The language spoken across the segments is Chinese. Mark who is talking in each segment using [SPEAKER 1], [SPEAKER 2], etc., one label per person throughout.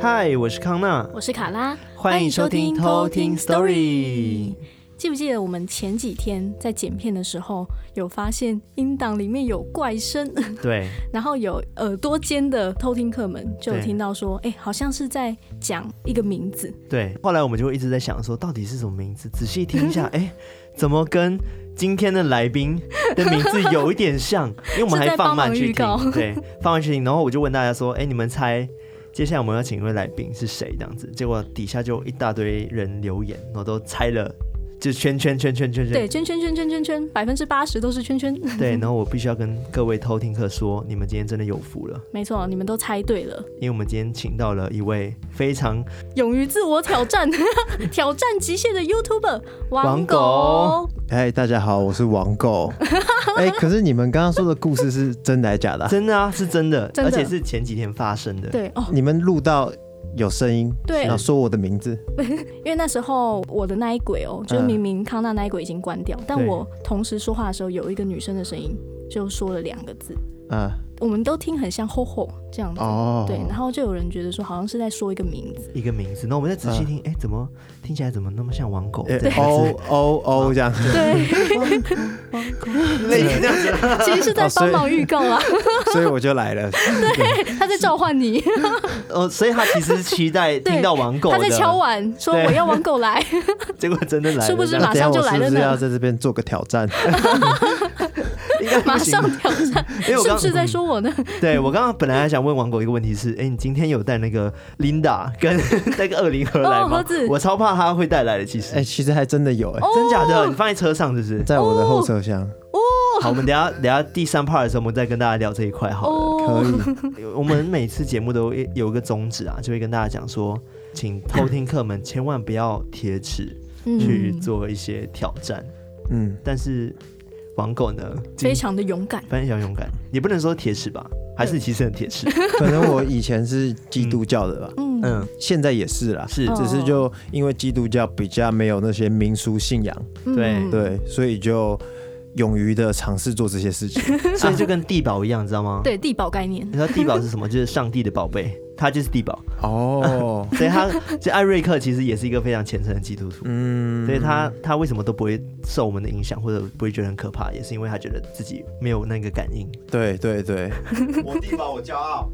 [SPEAKER 1] 嗨，我是康娜，
[SPEAKER 2] 我是卡拉，
[SPEAKER 1] 欢迎收听偷听 Story。
[SPEAKER 2] 记不记得我们前几天在剪片的时候，有发现音档里面有怪声，
[SPEAKER 1] 对，
[SPEAKER 2] 然后有耳朵尖的偷听客们就有
[SPEAKER 1] 对
[SPEAKER 2] 听到说，哎、好像是在讲一个名字，
[SPEAKER 1] 对，后来我们就一直在想说，到底是什么名字？仔细听 一下，哎、怎么跟今天的来宾的名字有一点像？因为我们还放慢去
[SPEAKER 2] 是在帮
[SPEAKER 1] 听，
[SPEAKER 2] 忙
[SPEAKER 1] 对，放慢去听。然后我就问大家说，哎、你们猜接下来我们要请一位来宾是谁？这样子，结果底下就一大堆人留言，然后都猜了，就圈圈圈圈圈圈，
[SPEAKER 2] 对，圈圈圈圈圈圈，百分之八十都是圈圈，
[SPEAKER 1] 对。然后我必须要跟各位偷听客说，你们今天真的有福了，
[SPEAKER 2] 没错，你们都猜对了，
[SPEAKER 1] 因为我们今天请到了一位非常
[SPEAKER 2] 勇于自我挑战、 挑战极限的 YouTuber
[SPEAKER 1] 王
[SPEAKER 2] 王
[SPEAKER 1] 狗
[SPEAKER 2] 狗，
[SPEAKER 3] 嗨，哎大家好，我是王 狗。哎、可是你们刚刚说的故事是真的还是假的啊、
[SPEAKER 1] 真的啊，是真的，
[SPEAKER 2] 真
[SPEAKER 1] 而
[SPEAKER 2] 的
[SPEAKER 1] 且是前几天发生的。
[SPEAKER 2] 对哦，
[SPEAKER 3] 你们录到有声音，
[SPEAKER 2] 对
[SPEAKER 3] 然后说我的名字，
[SPEAKER 2] 因为那时候我的那一轨
[SPEAKER 3] 嗯
[SPEAKER 2] 哦，就是明明康纳那一轨已经关掉，但我同时说话的时候有一个女生的声音就说了两个字，
[SPEAKER 3] 啊，
[SPEAKER 2] 我们都听很像吼吼这样子。
[SPEAKER 3] 哦，
[SPEAKER 2] 对，然后就有人觉得说好像是在说一个名 字，
[SPEAKER 1] 一个名字，那我们再仔细听，哎、怎么听起来怎么那么像王狗？这
[SPEAKER 3] 哎
[SPEAKER 1] 样
[SPEAKER 3] 哦
[SPEAKER 1] 子，
[SPEAKER 3] 哦哦， 这样，
[SPEAKER 2] 对，
[SPEAKER 1] 类似这样子。
[SPEAKER 2] 其实是在帮忙预告啦，
[SPEAKER 3] 哦所以我就来了。
[SPEAKER 2] 他在召唤你，
[SPEAKER 1] 哦，所以他其实期待
[SPEAKER 2] 对
[SPEAKER 1] 听到王狗
[SPEAKER 2] 他
[SPEAKER 1] 的，
[SPEAKER 2] 在敲碗说
[SPEAKER 1] 对
[SPEAKER 2] 我要王狗来，
[SPEAKER 1] 结果真的来了，
[SPEAKER 2] 殊不知
[SPEAKER 1] 这样
[SPEAKER 2] 马上就
[SPEAKER 3] 等一下
[SPEAKER 2] 来
[SPEAKER 3] 我
[SPEAKER 2] 了
[SPEAKER 3] 是不
[SPEAKER 2] 呢
[SPEAKER 3] 是要在这边做个挑 战？
[SPEAKER 1] 应该不
[SPEAKER 2] 马
[SPEAKER 1] 行
[SPEAKER 2] 上挑战，
[SPEAKER 1] 因
[SPEAKER 3] 哎
[SPEAKER 1] 为我
[SPEAKER 2] 是
[SPEAKER 1] 刚
[SPEAKER 2] 不是在说我
[SPEAKER 3] 嗯
[SPEAKER 2] 呢？
[SPEAKER 1] 对我刚刚本来还想问王狗一个问题是，哎、你今天有带那个 Linda 跟 那个二零盒来
[SPEAKER 2] 哦
[SPEAKER 1] 吗
[SPEAKER 2] 盒子？
[SPEAKER 1] 我超怕他会带来的，其实。
[SPEAKER 3] 哎、其实还真的有、哎、
[SPEAKER 2] 哦
[SPEAKER 1] 真假的？你放在车上是不是？
[SPEAKER 3] 在我的后车厢，
[SPEAKER 2] 哦
[SPEAKER 1] 好，我们等一下等一下第三 part 的时候，我们再跟大家聊这一块好了。
[SPEAKER 2] 哦
[SPEAKER 3] 可以，
[SPEAKER 1] 我们每次节目都有一个宗旨啊，就会跟大家讲说，请偷听客们千万不要铁齿去
[SPEAKER 2] 嗯，
[SPEAKER 1] 做一些挑战。
[SPEAKER 3] 嗯，
[SPEAKER 1] 但是王狗呢，
[SPEAKER 2] 非常的勇敢，
[SPEAKER 1] 非常勇敢，也不能说铁齿吧，还是其实很铁齿。
[SPEAKER 3] 可能我以前是基督教的吧，
[SPEAKER 2] 嗯
[SPEAKER 1] 嗯，
[SPEAKER 3] 现在也是啦，
[SPEAKER 1] 是
[SPEAKER 2] 哦
[SPEAKER 3] 只是就因为基督教比较没有那些民俗信仰，
[SPEAKER 1] 对
[SPEAKER 2] 嗯，
[SPEAKER 3] 对，所以就勇于的尝试做这些事情。
[SPEAKER 1] 所以就跟地堡一样，你知道吗？
[SPEAKER 2] 对地堡概念
[SPEAKER 1] 你，知道地堡是什么？就是上帝的宝贝，他就是地堡。
[SPEAKER 3] 哦，
[SPEAKER 1] 所以 他，其实艾瑞克其实也是一个非常虔诚的基督徒。
[SPEAKER 3] 嗯，
[SPEAKER 1] 所以他他为什么都不会受我们的影响，或者不会觉得很可怕，也是因为他觉得自己没有那个感应。
[SPEAKER 3] 对对对，我地方我骄傲，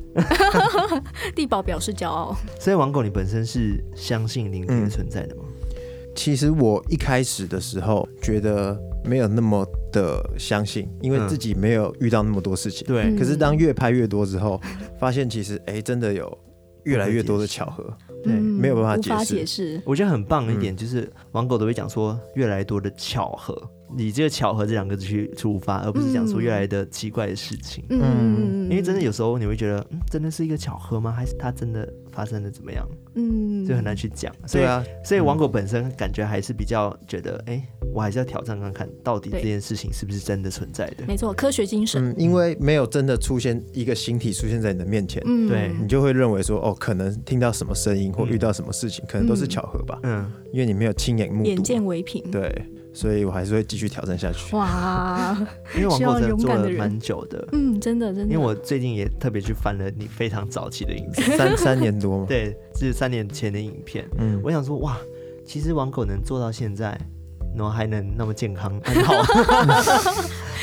[SPEAKER 2] 地堡表示骄傲，
[SPEAKER 1] 所以王狗，你本身是相信灵体的存在的吗？
[SPEAKER 3] 其实我一开始的时候觉得没有那么的相信，因为
[SPEAKER 1] 嗯
[SPEAKER 3] 自己没有遇到那么多事情。
[SPEAKER 1] 对
[SPEAKER 2] 嗯
[SPEAKER 3] 可是当越拍越多之后，发现其实哎、真的有越来越多的巧合。
[SPEAKER 1] 对
[SPEAKER 2] 嗯
[SPEAKER 3] 没有办法
[SPEAKER 2] 无法
[SPEAKER 3] 解释
[SPEAKER 2] 解释，
[SPEAKER 1] 我觉得很棒的一点、就是，王狗都会讲说越来越多的巧合，以这个巧合这两个字去出发，而不是讲说越来的奇怪的事情。
[SPEAKER 2] 嗯嗯嗯，
[SPEAKER 1] 因为真的有时候你会觉得，嗯，真的是一个巧合吗？还是它真的发生的怎么样？
[SPEAKER 2] 嗯，
[SPEAKER 1] 所以很难去讲。所以
[SPEAKER 3] 对，啊，
[SPEAKER 1] 所以王狗本身感觉还是比较觉得，哎、我还是要挑战看看，到底这
[SPEAKER 2] 对
[SPEAKER 1] 件事情是不是真的存在的。
[SPEAKER 2] 没错，科学精神。
[SPEAKER 3] 嗯，因为没有真的出现一个形体出现在你的面前，
[SPEAKER 2] 嗯，
[SPEAKER 1] 对
[SPEAKER 3] 你就会认为说哦，可能听到什么声音或
[SPEAKER 1] 嗯
[SPEAKER 3] 遇到什么事情，可能都是巧合吧，
[SPEAKER 1] 嗯，
[SPEAKER 3] 因为你没有亲眼目
[SPEAKER 2] 眼
[SPEAKER 3] 睹
[SPEAKER 2] 见
[SPEAKER 3] 嘛。
[SPEAKER 2] 为凭。，
[SPEAKER 3] 对，所以我还是会继续挑战下去。
[SPEAKER 1] 哦
[SPEAKER 2] 哇，
[SPEAKER 1] 因为王狗真的
[SPEAKER 2] 勇
[SPEAKER 1] 做
[SPEAKER 2] 敢
[SPEAKER 1] 了
[SPEAKER 2] 的人
[SPEAKER 1] 蛮久的。
[SPEAKER 2] 嗯，真的真
[SPEAKER 1] 因
[SPEAKER 2] 的，
[SPEAKER 1] 为我最近也特别去翻了你非常早期的 影片，
[SPEAKER 3] 三三年多嘛，
[SPEAKER 1] 对，是三年前的影片。
[SPEAKER 3] 嗯，
[SPEAKER 1] 我想说，哇，其实网狗能做到现在，然后还能那么健康，很 好，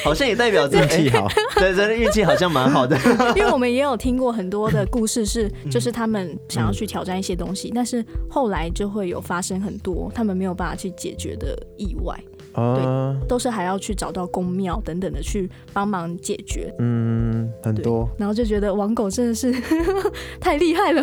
[SPEAKER 1] 好像也代表着
[SPEAKER 3] 运气，好，
[SPEAKER 1] 哎 对，真的运气好像蛮 好的。
[SPEAKER 2] 因为我们也有听过很多的故事是，
[SPEAKER 3] 嗯
[SPEAKER 2] 就是他们想要去挑战一些东西，但是后来就会有发生很多他们没有办法去解决的意外，
[SPEAKER 3] 啊，
[SPEAKER 2] 都是还要去找到公庙等等的去帮忙解决。
[SPEAKER 3] 嗯，很
[SPEAKER 2] 对
[SPEAKER 3] 多，
[SPEAKER 2] 然后就觉得王狗真的是 太厉害了，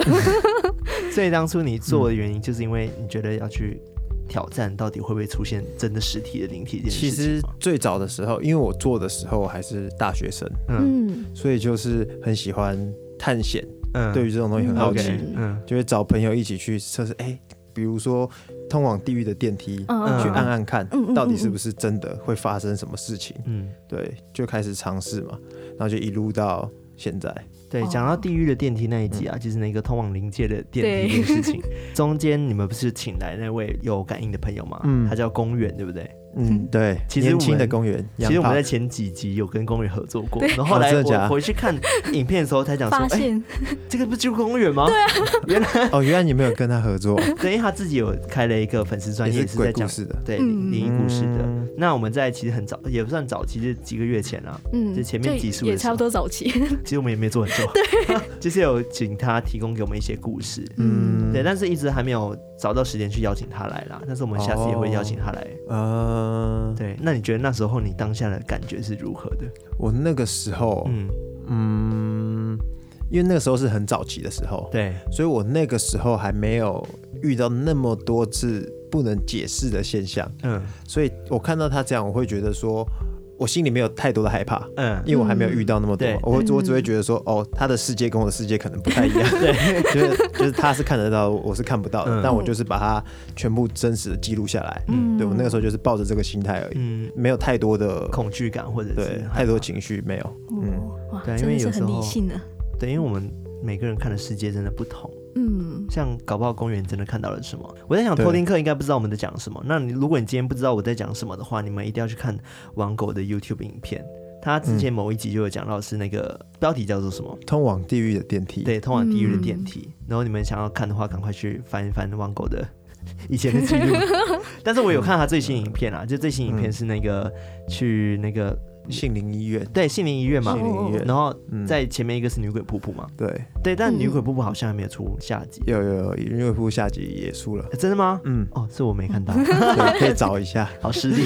[SPEAKER 1] 所以当初你做的原因，就是因为你觉得要去挑战到底会不会出现真的实体的灵体这件
[SPEAKER 3] 其
[SPEAKER 1] 事情
[SPEAKER 3] 实
[SPEAKER 1] 嘛。
[SPEAKER 3] 最早的时候，因为我做的时候还是大学生，
[SPEAKER 1] 嗯
[SPEAKER 2] 嗯，
[SPEAKER 3] 所以就是很喜欢探险，
[SPEAKER 1] 嗯
[SPEAKER 3] 对于这种东西很好奇，
[SPEAKER 1] OK，嗯
[SPEAKER 3] 就会找朋友一起去测试。哎、比如说通往地狱的电梯，
[SPEAKER 2] 嗯嗯
[SPEAKER 3] 去按按看
[SPEAKER 2] 嗯嗯嗯，
[SPEAKER 3] 到底是不是真的会发生什么事情？
[SPEAKER 1] 嗯，
[SPEAKER 3] 对，就开始尝试嘛，然后就一路到现在。
[SPEAKER 1] 对，
[SPEAKER 2] 哦
[SPEAKER 1] 讲到地狱的电梯那一集啊，就是那个通往灵界的电梯
[SPEAKER 2] 对
[SPEAKER 1] 这件事情，中间你们不是请来那位有感应的朋友吗？
[SPEAKER 3] 嗯
[SPEAKER 1] 他叫公远，对不对？
[SPEAKER 3] 嗯，对，
[SPEAKER 1] 其实
[SPEAKER 3] 年
[SPEAKER 1] 我
[SPEAKER 3] 轻
[SPEAKER 1] 们
[SPEAKER 3] 的公园，
[SPEAKER 1] 其实我们在
[SPEAKER 3] 在
[SPEAKER 1] 前几集有跟公园合作过，然后后
[SPEAKER 3] 哦
[SPEAKER 1] 来
[SPEAKER 3] 真的假
[SPEAKER 1] 我
[SPEAKER 3] 的
[SPEAKER 1] 回去看影片的时候才讲说
[SPEAKER 2] 发，
[SPEAKER 1] 哎、
[SPEAKER 2] 现
[SPEAKER 1] 这个不就是公园吗？对啊，原来
[SPEAKER 3] 哦，原来你没有跟他合 作，
[SPEAKER 1] 等于他自己有开了一个粉丝专业，
[SPEAKER 3] 也
[SPEAKER 1] 也
[SPEAKER 3] 是
[SPEAKER 1] 是
[SPEAKER 3] 鬼
[SPEAKER 1] 在
[SPEAKER 3] 故
[SPEAKER 1] 讲
[SPEAKER 3] 事的，
[SPEAKER 1] 对
[SPEAKER 2] 嗯
[SPEAKER 1] 灵异故事的。
[SPEAKER 3] 嗯
[SPEAKER 1] 那我们在其实很早，也不算早，其实几个月前啊，
[SPEAKER 2] 嗯，
[SPEAKER 1] 就前面集数的
[SPEAKER 2] 也
[SPEAKER 1] 时候
[SPEAKER 2] 差不多早期，
[SPEAKER 1] 其实我们也没有做很久，对， 就是有请他提供给我们一些故事，
[SPEAKER 3] 嗯，
[SPEAKER 1] 对，但是一直还没有找到时间去邀请他来啦。但是我们下次也会邀请他来。
[SPEAKER 3] 哦嗯呃，
[SPEAKER 1] 对，那你觉得那时候你当下的感觉是如何的？
[SPEAKER 3] 我那个时候，
[SPEAKER 1] 嗯，
[SPEAKER 3] 嗯，因为那个时候是很早期的时候，
[SPEAKER 1] 对，
[SPEAKER 3] 所以我那个时候还没有遇到那么多次不能解释的现象，
[SPEAKER 1] 嗯
[SPEAKER 3] 所以我看到他这样，我会觉得说，我心里没有太多的害怕。
[SPEAKER 1] 嗯，
[SPEAKER 3] 因为我还没有遇到那么多，
[SPEAKER 1] 嗯对
[SPEAKER 3] 我我
[SPEAKER 2] 嗯
[SPEAKER 3] 只会觉得说，哦，他的世界跟我的世界可能不太一样， 对， 就是就是他是看得到，我是看不到
[SPEAKER 1] 嗯
[SPEAKER 3] 的，但我就是把它全部真实的记录下来，
[SPEAKER 1] 嗯
[SPEAKER 3] 对我那个时候就是抱着这个心态而已，
[SPEAKER 1] 嗯
[SPEAKER 3] 没有太多的
[SPEAKER 1] 恐惧感或者是
[SPEAKER 3] 对，
[SPEAKER 1] 害
[SPEAKER 3] 太多
[SPEAKER 1] 怕
[SPEAKER 3] 情绪没有，嗯，
[SPEAKER 2] 哦哇，
[SPEAKER 1] 对因
[SPEAKER 2] 真
[SPEAKER 1] 为
[SPEAKER 2] 的
[SPEAKER 1] 有
[SPEAKER 2] 是
[SPEAKER 1] 时
[SPEAKER 2] 很
[SPEAKER 1] 候
[SPEAKER 2] 理性的，
[SPEAKER 1] 对，因为我们每个人看的世界真的不同，
[SPEAKER 2] 嗯，
[SPEAKER 1] 像搞不好公园真的看到了什么。我在想，
[SPEAKER 3] 对
[SPEAKER 1] 偷听课应该不知道我们在讲什么。那你如果你今天不知道我在讲什么的话，你们一定要去看网狗的 YouTube 影片。他
[SPEAKER 3] 嗯
[SPEAKER 1] 之前某一集就有讲到是那个标题叫做什么？
[SPEAKER 3] 通往地狱的电梯，
[SPEAKER 1] 对，通往地狱的电梯。然后你们想要看的话，赶快去翻一翻网狗的 以前的记录。 但是我有看他最新影片啊，就最新影
[SPEAKER 3] 嗯
[SPEAKER 1] 片是那个、去那个
[SPEAKER 3] 杏林医院，
[SPEAKER 1] 对杏林医院嘛
[SPEAKER 3] 杏，林医院，
[SPEAKER 1] 然后
[SPEAKER 3] 嗯
[SPEAKER 1] 在前面一个是女鬼瀑布嘛，
[SPEAKER 3] 对，
[SPEAKER 1] 对，但
[SPEAKER 2] 嗯
[SPEAKER 1] 女鬼瀑布好像还没有出下集，
[SPEAKER 3] 有有有，因为部下集也输了，
[SPEAKER 1] 呃真的吗？
[SPEAKER 3] 嗯，
[SPEAKER 1] 哦，是我没看到，
[SPEAKER 3] 对，可以找一下，
[SPEAKER 1] 好失礼。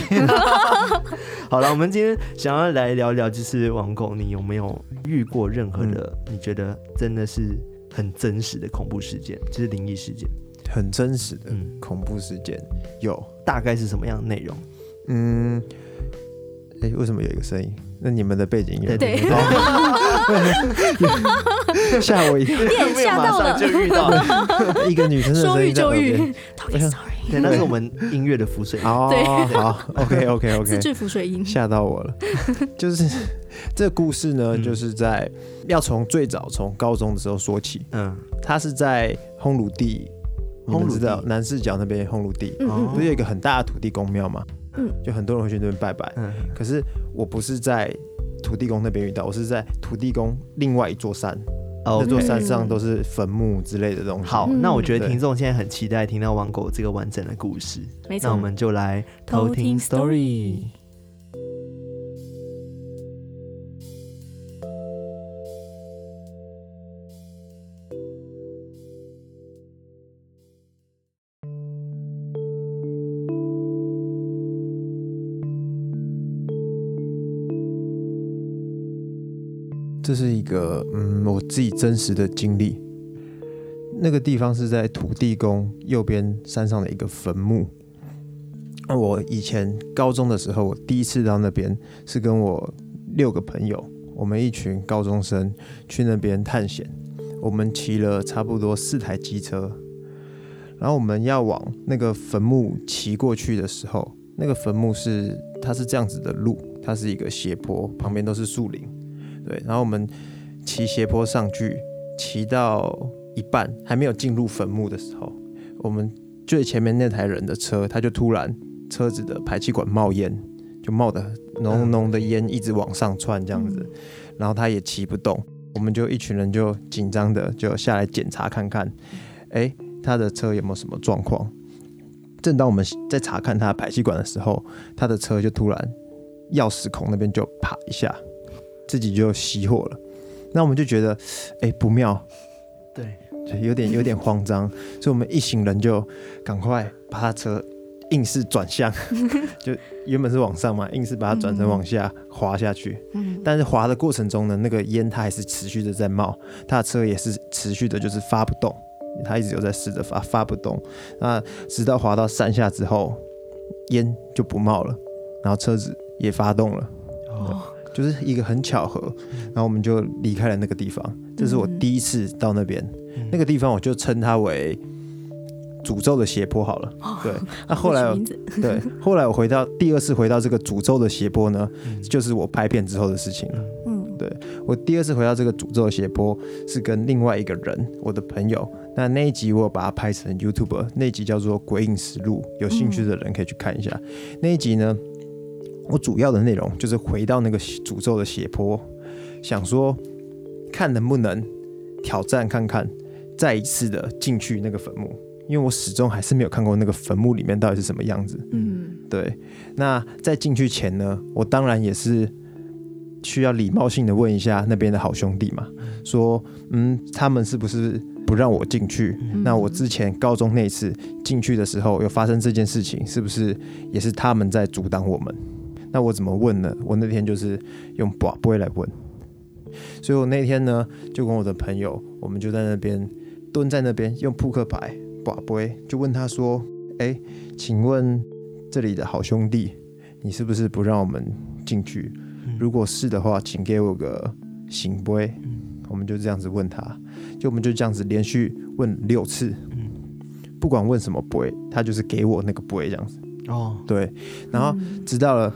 [SPEAKER 1] 好了，我们今天想要来聊聊，就是王狗，你有没有遇过任何的
[SPEAKER 3] 嗯
[SPEAKER 1] 你觉得真的是很真实的恐怖事件，就是灵异事件？
[SPEAKER 3] 很真实的
[SPEAKER 1] 嗯，
[SPEAKER 3] 恐怖事件有，
[SPEAKER 1] 大概是什么样的内容？
[SPEAKER 3] 嗯，哎、为什么有一个声音？那你们的背景音乐
[SPEAKER 1] 对对
[SPEAKER 2] 对，
[SPEAKER 3] 哦吓我一跳，
[SPEAKER 2] 点吓到了
[SPEAKER 1] 马上就遇 到了。
[SPEAKER 3] 一个女生的
[SPEAKER 2] 说
[SPEAKER 3] 声
[SPEAKER 2] 遇
[SPEAKER 3] 音在
[SPEAKER 2] 就
[SPEAKER 3] 耳边。
[SPEAKER 2] 遇，Talking Sorry，
[SPEAKER 1] 对，那是我们音乐的浮水。
[SPEAKER 3] 哦，
[SPEAKER 2] 对
[SPEAKER 3] 好，OK OK
[SPEAKER 2] 自
[SPEAKER 3] OK，
[SPEAKER 2] 制浮水音，
[SPEAKER 3] 吓到我 了。就是这故事呢，
[SPEAKER 1] 嗯
[SPEAKER 3] 就是在要从最早从高中的时候说起，
[SPEAKER 1] 嗯，
[SPEAKER 3] 它是在烘炉地，你
[SPEAKER 1] 烘
[SPEAKER 3] 们
[SPEAKER 1] 炉
[SPEAKER 3] 知道
[SPEAKER 1] 地
[SPEAKER 3] 南四角那边烘炉地，
[SPEAKER 2] 嗯
[SPEAKER 1] 哦
[SPEAKER 3] 不是有一个很大的土地公庙嘛？
[SPEAKER 2] 嗯
[SPEAKER 3] 就很多人会去那边拜拜。
[SPEAKER 1] 嗯
[SPEAKER 3] 可是我不是在土地公那边遇到，我是在土地公另外一座山，那座
[SPEAKER 1] ，OK。
[SPEAKER 3] 山上都是坟墓之类的东西。
[SPEAKER 1] 哦好，
[SPEAKER 2] 嗯
[SPEAKER 1] 那我觉得
[SPEAKER 3] 对
[SPEAKER 1] 听众现在很期待听到王狗这个完整的故事。
[SPEAKER 2] 没
[SPEAKER 1] 那我
[SPEAKER 2] 错，
[SPEAKER 1] 们就来偷听 story。
[SPEAKER 3] 这是一个嗯，我自己真实的经历。那个地方是在土地公右边山上的一个坟墓。那我以前高中的时候，我第一次到那边是跟我六个朋友，我们一群高中生去那边探险。我们骑了差不多四台机车，然后我们要往那个坟墓骑过去的时候，那个坟墓是它是这样子的路，它是一个斜坡，旁边都是树林。对，然后我们骑斜坡上去，骑到一半还没有进入坟墓的时候，我们最前面那台人的车，他就突然车子的排气管冒烟，就冒的浓浓的烟一直往上窜这样子，然后他也骑不动，我们就一群人就紧张的就下来检查看看，哎，他的车有没有什么状况？正当我们在查看他的排气管的时候，他的车就突然钥匙孔那边就啪一下，自己就熄火了。那我们就觉得，哎、不妙，
[SPEAKER 1] 对，
[SPEAKER 3] 就有点有点慌张，所以我们一行人就赶快把他车硬是转向，就原本是往上嘛，硬是把它转成往下滑下去。
[SPEAKER 2] 嗯，
[SPEAKER 3] 但是滑的过程中呢，那个烟它还是持续的在冒，它的车也是持续的就是发不动，它一直有在试着发发不动。那直到滑到山下之后，烟就不冒了，然后车子也发动了。
[SPEAKER 2] 哦，
[SPEAKER 3] 就是一个很巧合，然后我们就离开了那个地方。这是我
[SPEAKER 2] 嗯
[SPEAKER 3] 第一次到那边，那个地方我就称它为诅咒的斜坡好了。对，那后来
[SPEAKER 2] 取名字
[SPEAKER 3] 对，后来我回到第二次回到这个诅咒的斜坡呢，
[SPEAKER 1] 嗯
[SPEAKER 3] 就是我拍片之后的事情了。
[SPEAKER 1] 嗯
[SPEAKER 2] 嗯，
[SPEAKER 3] 对我第二次回到这个诅咒的斜坡是跟另外一个人，我的朋友。那那一集我有把它拍成 YouTube，那一集叫做《鬼影实录》，有兴趣的人可以去看一下。那一集呢，我主要的内容就是回到那个诅咒的斜坡，想说看能不能挑战看看，再一次的进去那个坟墓，因为我始终还是没有看过那个坟墓里面到底是什么样子。
[SPEAKER 2] 嗯，
[SPEAKER 3] 对，那在进去前呢，我当然也是需要礼貌性的问一下那边的好兄弟嘛，说，嗯，他们是不是不让我进去？嗯
[SPEAKER 2] 嗯
[SPEAKER 3] 那我之前高中那次进去的时候有发生这件事情，是不是也是他们在阻挡我们？那我怎么问呢？我那天就是用不不会来问，所以我那天呢就跟我的朋友，我们就在那边蹲在那边用扑克牌不不会，就问他说：“哎、请问这里的好兄弟，你是不是不让我们进去？
[SPEAKER 1] 嗯
[SPEAKER 3] 如果是的话，请给我个醒杯。
[SPEAKER 1] 嗯
[SPEAKER 3] 我们就这样子问他，就我们就这样子连续问六次，
[SPEAKER 1] 嗯
[SPEAKER 3] 不管问什么杯，他就是给我那个杯这样子。
[SPEAKER 1] 哦，
[SPEAKER 3] 对，然后直到了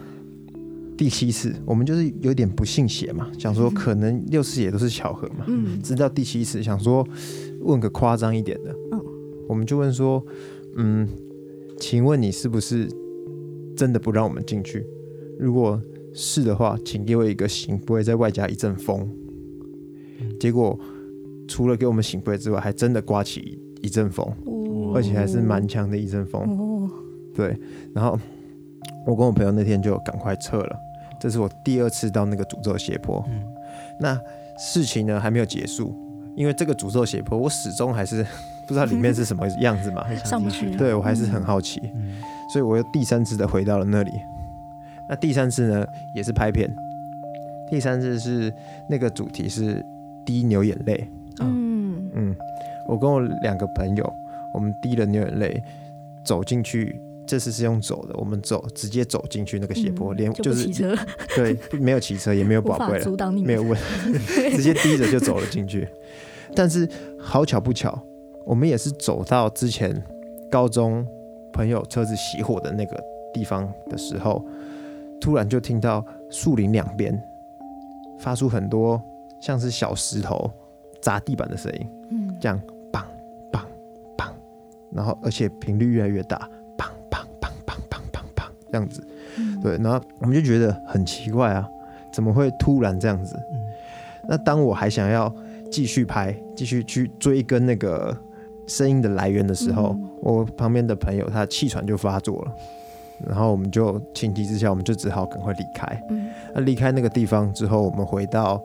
[SPEAKER 3] 第七次，我们就是有点不信邪嘛，想说可能六次也都是巧合嘛。
[SPEAKER 2] 嗯
[SPEAKER 3] 直到第七次，想说问个夸张一点的，
[SPEAKER 2] 嗯
[SPEAKER 3] 我们就问说，嗯，请问你是不是真的不让我们进去？如果是的话，请给我一个醒杯，再外加一阵风。
[SPEAKER 1] 嗯
[SPEAKER 3] 结果除了给我们醒杯之外，还真的刮起一一阵风，
[SPEAKER 2] 哦
[SPEAKER 3] 嗯而且还是蛮强的一阵风。
[SPEAKER 2] 哦，
[SPEAKER 3] 对，然后我跟我朋友那天就赶快撤了。这是我第二次到那个诅咒斜坡，
[SPEAKER 1] 嗯
[SPEAKER 3] 那事情呢还没有结束，因为这个诅咒斜坡，我始终还是 不知道里面是什么样子嘛。
[SPEAKER 1] 很想
[SPEAKER 2] 上不
[SPEAKER 1] 进
[SPEAKER 2] 去，
[SPEAKER 3] 对我还是很好奇，
[SPEAKER 1] 嗯
[SPEAKER 3] 所以我又第三次的回到了那里。那第三次呢，也是拍片。第三次是那个主题是滴牛眼泪，
[SPEAKER 2] 嗯，
[SPEAKER 3] 嗯，我跟我两个朋友，我们滴了牛眼泪，走进去。这次是用走的，我们走直接走进去那个斜坡，
[SPEAKER 2] 嗯
[SPEAKER 3] 连
[SPEAKER 2] 就不
[SPEAKER 3] 是
[SPEAKER 2] 骑车
[SPEAKER 3] 对，没有骑车，也没有
[SPEAKER 2] 无
[SPEAKER 3] 宝
[SPEAKER 2] 法
[SPEAKER 3] 贝了，
[SPEAKER 2] 阻挡你
[SPEAKER 3] 没
[SPEAKER 2] 们
[SPEAKER 3] 有，问， 直接滴着就走了进去。但是好巧不巧，我们也是走到之前高中朋友车子熄火的那个地方的时候，突然就听到树林两边发出很多像是小石头砸地板的声音，
[SPEAKER 2] 嗯
[SPEAKER 3] 这样棒棒棒，然后而且频率越来越大，棒棒棒棒棒棒棒这样子。
[SPEAKER 2] 嗯
[SPEAKER 3] 对，然后我们就觉得很奇怪啊，怎么会突然这样子？
[SPEAKER 1] 嗯
[SPEAKER 3] 那当我还想要继续拍，继续去追跟那个声音的来源的时候，
[SPEAKER 2] 嗯
[SPEAKER 3] 我旁边的朋友他气喘就发作了，然后我们就情急之下，我们就只好赶快离开。
[SPEAKER 2] 嗯
[SPEAKER 3] 那离开那个地方之后，我们回到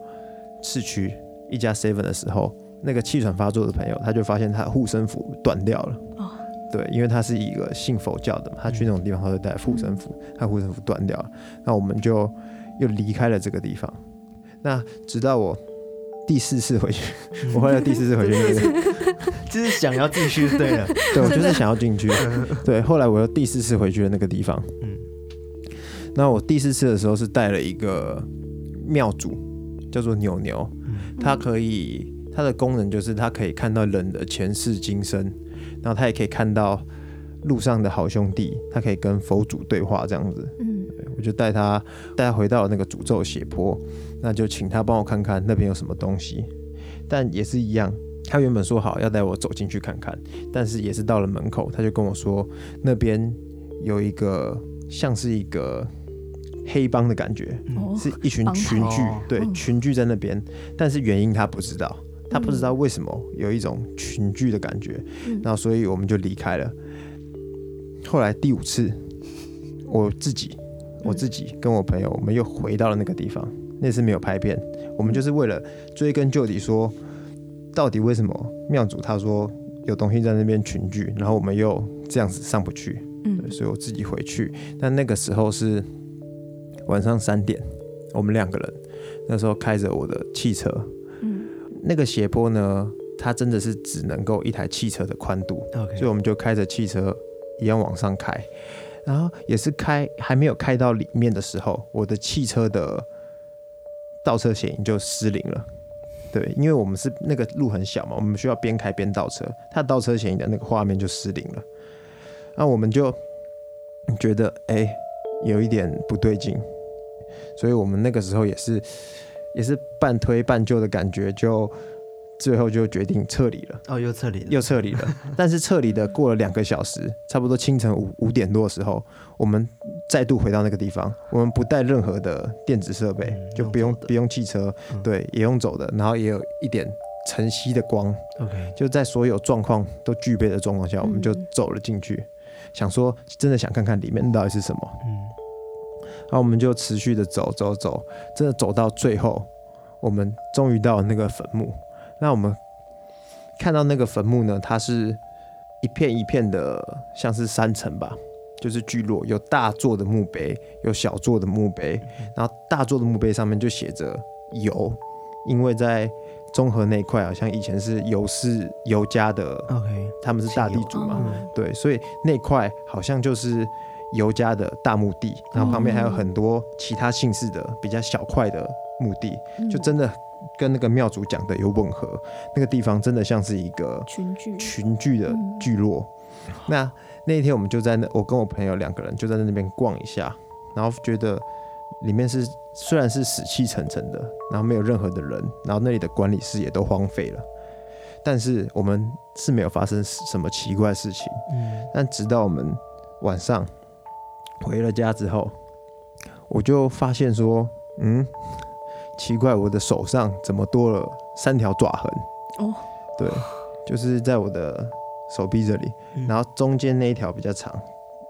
[SPEAKER 3] 市区一家 seven 的时候，那个气喘发作的朋友，他就发现他护身符断掉了。
[SPEAKER 2] 哦
[SPEAKER 3] 对，因为他是一个信佛教的嘛，他去那种地方他会带护身符，他护身符断掉了，那我们就又离开了这个地方。那直到我第四次回去，我回来第四次回去那个，
[SPEAKER 1] 就是想要进去，对 了，
[SPEAKER 3] 对我就是想要 进去，对，后来我又第四次回去了那个地方。
[SPEAKER 1] 嗯
[SPEAKER 3] 那我第四次的时候是带了一个庙主，叫做牛牛，
[SPEAKER 1] 嗯
[SPEAKER 3] 它可以它的功能就是它可以看到人的前世今生，然后它也可以看到路上的好兄弟，它可以跟佛祖对话这样子。
[SPEAKER 2] 嗯
[SPEAKER 3] 对我就带他带他回到那个诅咒斜坡，那就请他帮我看看那边有什么东西，但也是一样。他原本说好要带我走进去看看，但是也是到了门口，他就跟我说那边有一个像是一个黑帮的感觉，
[SPEAKER 1] 嗯
[SPEAKER 2] 哦
[SPEAKER 3] 是一群
[SPEAKER 2] 帮派
[SPEAKER 3] 群聚
[SPEAKER 1] 哦，
[SPEAKER 3] 对，
[SPEAKER 2] 嗯
[SPEAKER 3] 群聚在那边，但是原因他不知道，他不知道为什么有一种群聚的感觉，
[SPEAKER 2] 嗯
[SPEAKER 3] 那所以我们就离开了。后来第五次，我自
[SPEAKER 2] 嗯
[SPEAKER 3] 己，我自己跟我朋友，我们又回到了那个地方，那次没有拍片，我们就是为了追根究底说，到底为什么庙主他说有东西在那边群聚，然后我们又这样子上不去，对，
[SPEAKER 2] 嗯
[SPEAKER 3] 所以我自己回去。但那个时候是晚上三点，我们两个人那时候开着我的汽车，
[SPEAKER 2] 嗯
[SPEAKER 3] 那个斜坡呢，它真的是只能够一台汽车的宽度，
[SPEAKER 1] ，OK，
[SPEAKER 3] 所以我们就开着汽车一样往上开，然后也是开还没有开到里面的时候，我的汽车的倒车显影就失灵了。对，因为我们是那个路很小嘛，我们需要边开边倒车，它倒车显影的那个画面就失灵了。那我们就觉得哎、有一点不对劲，所以我们那个时候也是也是半推半就的感觉，就最后就决定撤离了。
[SPEAKER 1] 哦，又撤离了，
[SPEAKER 3] 又撤离了。 但是撤离的过了两个小时，差不多清晨五五点多的时候，我们再度回到那个地方。我们不带任何的电子设备，
[SPEAKER 1] 嗯
[SPEAKER 3] 就
[SPEAKER 1] 用
[SPEAKER 3] 不用
[SPEAKER 1] 走的
[SPEAKER 3] 不用汽车，
[SPEAKER 1] 嗯
[SPEAKER 3] 对，也用走的，然后也有一点晨曦的光，
[SPEAKER 1] OK，
[SPEAKER 3] 就在所有状况都具备的状况下，我们就
[SPEAKER 2] 嗯
[SPEAKER 3] 走了进去，想说真的想看看里面到底是什么。
[SPEAKER 1] 嗯，
[SPEAKER 3] 然后我们就持续的走走走，真的走到最后，我们终于到了那个坟墓。那我们看到那个坟墓呢，它是一片一片的，像是山城吧，就是聚落，有大座的墓碑，有小座的墓碑，然后大座的墓碑上面就写着“游”，因为在中和那一块好像以前是游氏游家的，
[SPEAKER 1] OK，
[SPEAKER 3] 他们是大地主嘛，
[SPEAKER 2] 哦
[SPEAKER 3] 对，所以那块好像就是尤家的大墓地，然后旁边还有很多其他姓氏的比较小块的墓地，
[SPEAKER 2] 嗯
[SPEAKER 3] 就真的跟那个庙主讲的有吻合，那个地方真的像是一个
[SPEAKER 2] 嗯群聚，
[SPEAKER 3] 群聚的聚落。那那一天我们就在那，我跟我朋友两个人就在那边逛一下，然后觉得里面是虽然是死气沉沉的，然后没有任何的人，然后那里的管理室也都荒废了，但是我们是没有发生什么奇怪的事情。
[SPEAKER 1] 嗯，
[SPEAKER 3] 但直到我们晚上回了家之后，我就发现说，嗯，奇怪，我的手上怎么多了三条爪痕？
[SPEAKER 2] 哦，
[SPEAKER 3] 对，就是在我的手臂这里，
[SPEAKER 1] 嗯
[SPEAKER 3] 然后中间那一条比较长，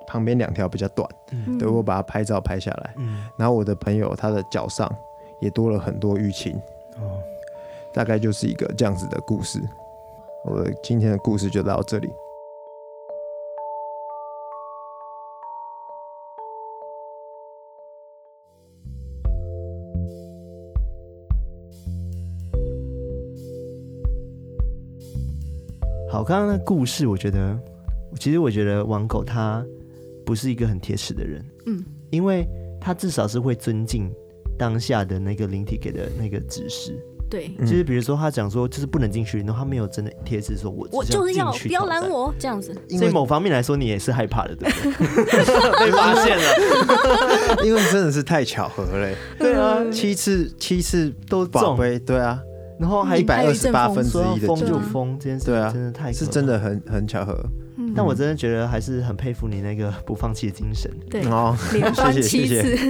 [SPEAKER 3] 旁边两条比较短。
[SPEAKER 1] 嗯
[SPEAKER 3] 对我把它拍照拍下来，
[SPEAKER 1] 嗯，
[SPEAKER 3] 然后我的朋友他的脚上也多了很多淤青，
[SPEAKER 1] 哦，
[SPEAKER 3] 大概就是一个这样子的故事。我的今天的故事就到这里。
[SPEAKER 1] 好，刚刚的故事，我觉得，其实我觉得王狗他不是一个很铁齿的人，
[SPEAKER 2] 嗯，
[SPEAKER 1] 因为他至少是会尊敬当下的那个灵体给的那个指示，
[SPEAKER 2] 对，
[SPEAKER 3] 嗯
[SPEAKER 1] 就是比如说他讲说就是不能进去，然后他没有真的贴纸说我
[SPEAKER 2] 我
[SPEAKER 1] 只
[SPEAKER 2] 就是
[SPEAKER 1] 要
[SPEAKER 2] 要
[SPEAKER 1] 进去
[SPEAKER 2] 不要
[SPEAKER 1] 挑
[SPEAKER 2] 拦
[SPEAKER 1] 战。
[SPEAKER 2] 我这样子，
[SPEAKER 3] 因
[SPEAKER 1] 所以
[SPEAKER 3] 为
[SPEAKER 1] 某方面来说，你也是害怕的，对 不对？被发现了，
[SPEAKER 3] 因为真的是太巧合了、欸
[SPEAKER 1] 对啊，
[SPEAKER 3] 七次七次
[SPEAKER 1] 都
[SPEAKER 3] 宝
[SPEAKER 1] 中，
[SPEAKER 3] 贝，对啊，
[SPEAKER 1] 然后还
[SPEAKER 3] 一百
[SPEAKER 2] 还有
[SPEAKER 3] 二
[SPEAKER 2] 一
[SPEAKER 3] 十
[SPEAKER 2] 阵
[SPEAKER 3] 八
[SPEAKER 2] 风
[SPEAKER 3] 分之
[SPEAKER 1] 说要
[SPEAKER 3] 一的
[SPEAKER 1] 封
[SPEAKER 3] 几率
[SPEAKER 1] 就
[SPEAKER 2] 对啊
[SPEAKER 1] 封，这件事
[SPEAKER 3] 对啊
[SPEAKER 1] 情真的太
[SPEAKER 3] 是
[SPEAKER 1] 可
[SPEAKER 3] 真
[SPEAKER 1] 怕
[SPEAKER 3] 的
[SPEAKER 1] 了。
[SPEAKER 3] 很很巧合
[SPEAKER 2] 嗯
[SPEAKER 1] 但我真的觉得还是很佩服你那个不放弃的精神。
[SPEAKER 2] 对
[SPEAKER 3] 哦。
[SPEAKER 2] 连
[SPEAKER 3] 谢
[SPEAKER 2] 翻
[SPEAKER 3] 谢
[SPEAKER 2] 七
[SPEAKER 3] 谢谢
[SPEAKER 2] 次，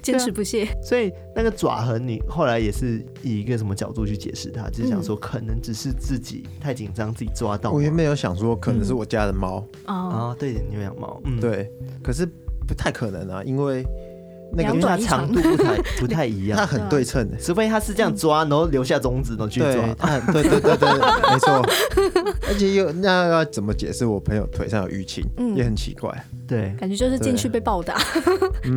[SPEAKER 2] 坚持不懈，
[SPEAKER 1] 所以那个爪痕，你后来也是以一个什么角度去解释它？就是想说，可能只是自己太紧张，自己抓到
[SPEAKER 3] 我原
[SPEAKER 1] 嘛。
[SPEAKER 3] 本有想说可能是我家的猫，
[SPEAKER 2] 哦，
[SPEAKER 1] 啊，对，牛羊毛，嗯，，
[SPEAKER 3] 对，可是不太可能啊，因为那
[SPEAKER 1] 因
[SPEAKER 3] 个
[SPEAKER 1] 为
[SPEAKER 2] 两
[SPEAKER 1] 它
[SPEAKER 2] 短一
[SPEAKER 1] 长
[SPEAKER 2] 长
[SPEAKER 1] 度不太不太一
[SPEAKER 3] 它
[SPEAKER 1] 样，
[SPEAKER 3] 很 对称的，
[SPEAKER 1] 除非它是这样抓，然后留下中指，然啊后去
[SPEAKER 3] 对，
[SPEAKER 1] 抓。
[SPEAKER 3] 它很 对对对对，没错。而且又那要怎么解释我朋友腿上有淤青，
[SPEAKER 2] 嗯
[SPEAKER 3] 也很奇怪。
[SPEAKER 1] 对，
[SPEAKER 2] 感觉就是进去被暴打，
[SPEAKER 3] 嗯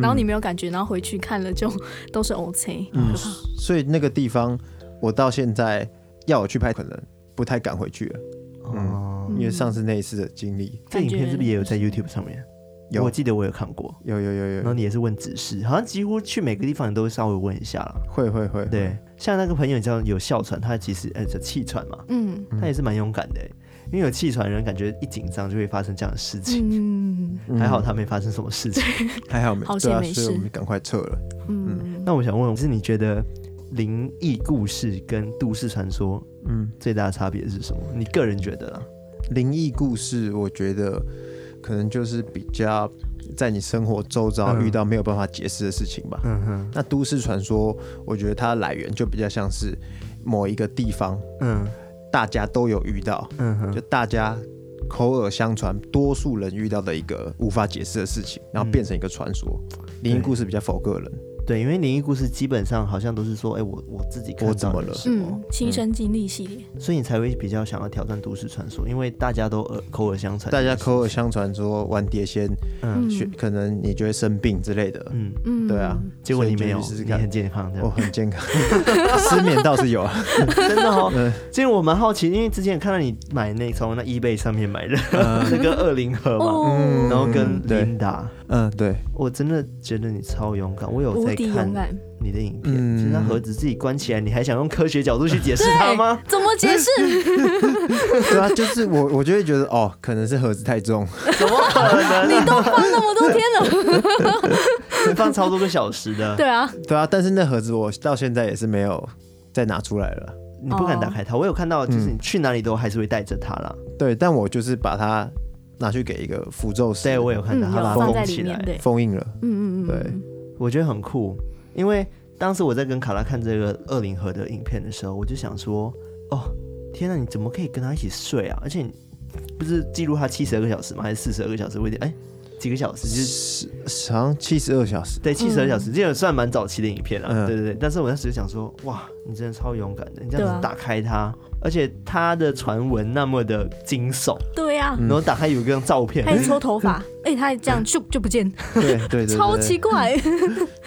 [SPEAKER 2] 然后你没有感觉，然后回去看了就都是 OK，
[SPEAKER 3] 嗯
[SPEAKER 2] 可怕
[SPEAKER 3] 所以那个地方，我到现在要我去拍，可能不太敢回去了，
[SPEAKER 1] 哦，
[SPEAKER 2] 嗯
[SPEAKER 3] 因为上次那一次的经历，
[SPEAKER 1] 这影片是不是也有在 YouTube 上面？
[SPEAKER 3] 有
[SPEAKER 1] 我记得我有看过。
[SPEAKER 3] 有有有有
[SPEAKER 1] 然后你也是问指示，好像几乎去每个地方你都会稍微问一下了。
[SPEAKER 3] 会会会，
[SPEAKER 1] 对，像那个朋友，你知道有哮喘，他其实呃叫气喘嘛，
[SPEAKER 2] 嗯
[SPEAKER 1] 他也是蛮勇敢的欸，因为有气喘的人感觉一紧张就会发生这样的事情。
[SPEAKER 2] 嗯
[SPEAKER 3] 嗯
[SPEAKER 1] 还好他没发生什么事情。
[SPEAKER 3] 还好没，
[SPEAKER 2] 好
[SPEAKER 3] 对
[SPEAKER 2] 险
[SPEAKER 3] 啊，
[SPEAKER 2] 没
[SPEAKER 3] 所以我
[SPEAKER 2] 事
[SPEAKER 3] 们赶快撤了。
[SPEAKER 2] 嗯，
[SPEAKER 1] 那我想问，就是你觉得灵异故事跟都市传说
[SPEAKER 3] 嗯，
[SPEAKER 1] 最大的差别是什么？你个人觉得啦？
[SPEAKER 3] 灵异故事，我觉得可能就是比较在你生活周遭
[SPEAKER 1] 嗯
[SPEAKER 3] 遇到没有办法解释的事情吧。
[SPEAKER 1] 嗯哼，
[SPEAKER 3] 那都市传说，我觉得它的来源就比较像是某一个地方
[SPEAKER 1] 嗯
[SPEAKER 3] 大家都有遇到，
[SPEAKER 1] 嗯哼，
[SPEAKER 3] 就大家口耳相传，多数人遇到的一个无法解释的事情，然后变成一个传说。灵异故事比较否个人，
[SPEAKER 1] 对，因为灵异故事基本上好像都是说，哎、我我自己看
[SPEAKER 3] 我
[SPEAKER 1] 到
[SPEAKER 3] 怎么
[SPEAKER 1] 的
[SPEAKER 3] 了
[SPEAKER 1] 时候
[SPEAKER 2] 嗯，亲身经历系列，
[SPEAKER 3] 嗯
[SPEAKER 1] 所以你才会比较想要挑战都市传说，因为大家都耳口耳相传，
[SPEAKER 3] 大家口耳相传说玩碟仙，
[SPEAKER 1] 嗯
[SPEAKER 3] 学可能你就会生病之类的。
[SPEAKER 1] 嗯，
[SPEAKER 2] 嗯，
[SPEAKER 3] 对啊，
[SPEAKER 1] 结果你
[SPEAKER 3] 所以
[SPEAKER 1] 没
[SPEAKER 3] 就
[SPEAKER 1] 有，
[SPEAKER 3] 去试试
[SPEAKER 1] 你
[SPEAKER 3] 看哦
[SPEAKER 1] 很健康，这
[SPEAKER 3] 我
[SPEAKER 1] 样
[SPEAKER 3] 很健康， 失眠倒是有啊。
[SPEAKER 1] 真的哦。
[SPEAKER 3] 嗯
[SPEAKER 1] 其实我蛮好奇，因为之前看到你买那从那 eBay 上面买的 那个二零盒嘛，
[SPEAKER 2] 哦，
[SPEAKER 1] 然后跟
[SPEAKER 3] 嗯对
[SPEAKER 1] 琳达，
[SPEAKER 3] 嗯，对，
[SPEAKER 1] 我真的觉得你超勇敢，我有
[SPEAKER 2] 无
[SPEAKER 1] 嗯在
[SPEAKER 2] 敌
[SPEAKER 1] 看
[SPEAKER 2] 勇敢，
[SPEAKER 1] 你的影片，
[SPEAKER 3] 嗯
[SPEAKER 1] 就是那盒子自己关起来，你还想用科学角度去解释
[SPEAKER 2] 对
[SPEAKER 1] 它 吗？？
[SPEAKER 2] 怎么解释？
[SPEAKER 3] 对啊，就是我，我就会觉得哦，可能是盒子太重，
[SPEAKER 1] 怎么可能？
[SPEAKER 2] 你都放那么多天了，
[SPEAKER 1] 放超多个小时的，
[SPEAKER 2] 对啊，
[SPEAKER 3] 对啊，但是那盒子我到现在也是没有再拿出来了。
[SPEAKER 1] 你不敢打开它。我有看到，就是你去哪里都还是会带着它啦。
[SPEAKER 2] 嗯
[SPEAKER 3] 对，但我就是把它拿去给一个符咒师，
[SPEAKER 1] 对，我有看
[SPEAKER 2] 嗯，
[SPEAKER 1] 到
[SPEAKER 2] 有
[SPEAKER 1] 它把它
[SPEAKER 2] 放在
[SPEAKER 1] 封
[SPEAKER 2] 里
[SPEAKER 1] 起
[SPEAKER 2] 面，
[SPEAKER 1] 来，
[SPEAKER 2] 对，
[SPEAKER 3] 封印了。
[SPEAKER 2] 嗯嗯嗯，
[SPEAKER 3] 对
[SPEAKER 2] 嗯
[SPEAKER 1] 我觉得很酷。因为当时我在跟卡拉看这个二零盒的影片的时候，我就想说，哦，天呐，你怎么可以跟他一起睡啊？而且你不是记录他七十二个小时吗？还是四十二个小时？我有点哎，几个小时？就是
[SPEAKER 3] 是好像七十二小时，
[SPEAKER 1] 对，七十二小
[SPEAKER 2] 嗯
[SPEAKER 1] 时，这也算蛮早期的影片了。
[SPEAKER 3] 嗯
[SPEAKER 1] 对对对，但是我当时就想说，哇，你真的超勇敢的，你这样
[SPEAKER 2] 对
[SPEAKER 1] 子
[SPEAKER 2] 啊
[SPEAKER 1] 打开它，而且它的传闻那么的惊悚，
[SPEAKER 2] 对呀，
[SPEAKER 1] 然后打开有一张照片
[SPEAKER 2] 他，一搓头发， 哎，他这样咻就不见，
[SPEAKER 3] 对对对对，
[SPEAKER 2] 超奇怪。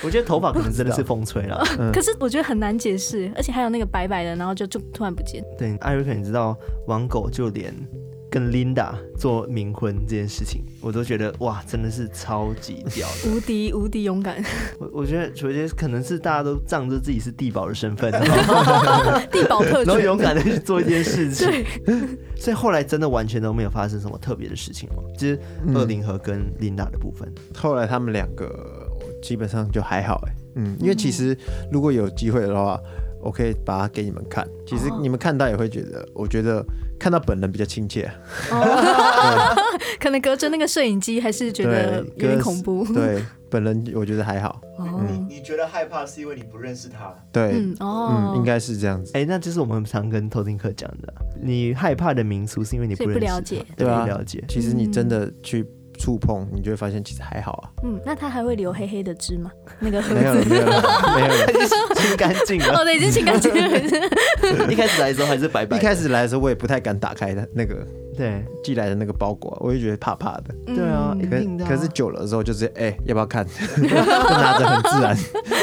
[SPEAKER 1] 我觉得头发可能真的是风吹了。
[SPEAKER 3] 嗯
[SPEAKER 2] 可是我觉得很难解释，而且还有那个白白的，然后就就突然不见。
[SPEAKER 1] 对，艾瑞克，你知道王狗就连跟 Linda 做冥婚这件事情，我都觉得哇，真的是超级屌的。
[SPEAKER 2] 无敌无敌勇敢，
[SPEAKER 1] 我我觉得，我觉得可能是大家都仗着自己是地保的 身份，
[SPEAKER 2] 地保特
[SPEAKER 1] 然后
[SPEAKER 2] 权。
[SPEAKER 1] 勇敢的去做一件事情。
[SPEAKER 2] 对，
[SPEAKER 1] 所以后来真的完全都没有发生什么特别的事情哦，就是
[SPEAKER 3] 嗯
[SPEAKER 1] 二零和跟琳达的部分。
[SPEAKER 3] 后来他们两个基本上就还好哎、嗯，因为其实如果有机会的话，我可以把它给你们看。其实
[SPEAKER 2] 哦
[SPEAKER 3] 你们看到也会觉得，我觉得看到本人比较亲切。啊
[SPEAKER 2] 可能隔着那个摄影机，还是觉得有
[SPEAKER 3] 对
[SPEAKER 2] 点恐怖。
[SPEAKER 3] 对，本人我觉得还好。
[SPEAKER 2] 哦，
[SPEAKER 4] 你觉得害怕是因为你不认识他，
[SPEAKER 3] 对，嗯
[SPEAKER 2] 嗯，哦，
[SPEAKER 3] 应该是这样子。
[SPEAKER 1] 哎、那就是我们常跟偷听客讲的，啊你害怕的民俗是因为你不
[SPEAKER 2] 所以
[SPEAKER 1] 认
[SPEAKER 2] 不
[SPEAKER 1] 识
[SPEAKER 2] 了解
[SPEAKER 1] 它
[SPEAKER 3] 对啊
[SPEAKER 1] 不了解。
[SPEAKER 3] 其实你真的去触碰，你就会发现其实还好啊。
[SPEAKER 2] 嗯，那他还会留黑黑的汁吗？那个盒
[SPEAKER 3] 没有了，
[SPEAKER 2] 子，
[SPEAKER 3] 没 有了，没有 了。
[SPEAKER 1] 清干净了，
[SPEAKER 2] 哦，对，已经清干净了。
[SPEAKER 1] 一开始来的时候还是白白
[SPEAKER 3] 一
[SPEAKER 1] 的。
[SPEAKER 3] 开始来的时候，我也不太敢打开它那个
[SPEAKER 1] 对
[SPEAKER 3] 寄来的那个包裹，我就觉得怕怕的。
[SPEAKER 1] 对 啊，
[SPEAKER 2] 嗯
[SPEAKER 1] 一
[SPEAKER 3] 可
[SPEAKER 1] 定的啊、
[SPEAKER 3] 可是久了之后，就是哎、要不要看？ 就拿着很 自然，